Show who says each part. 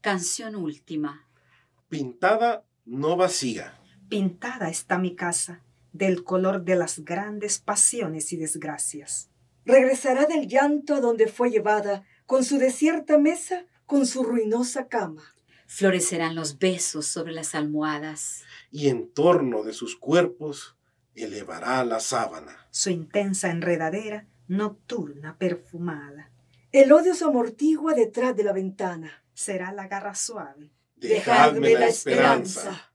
Speaker 1: Canción última.
Speaker 2: Pintada, no vacía.
Speaker 3: Pintada está mi casa, del color de las grandes pasiones y desgracias.
Speaker 4: Regresará del llanto a donde fue llevada, con su desierta mesa, con su ruinosa cama.
Speaker 1: Florecerán los besos sobre las almohadas.
Speaker 2: Y en torno de sus cuerpos elevará la sábana.
Speaker 3: Su intensa enredadera, nocturna, perfumada.
Speaker 4: El odio se amortigua detrás de la ventana.
Speaker 3: Será la garra suave
Speaker 2: Dejadme la esperanza.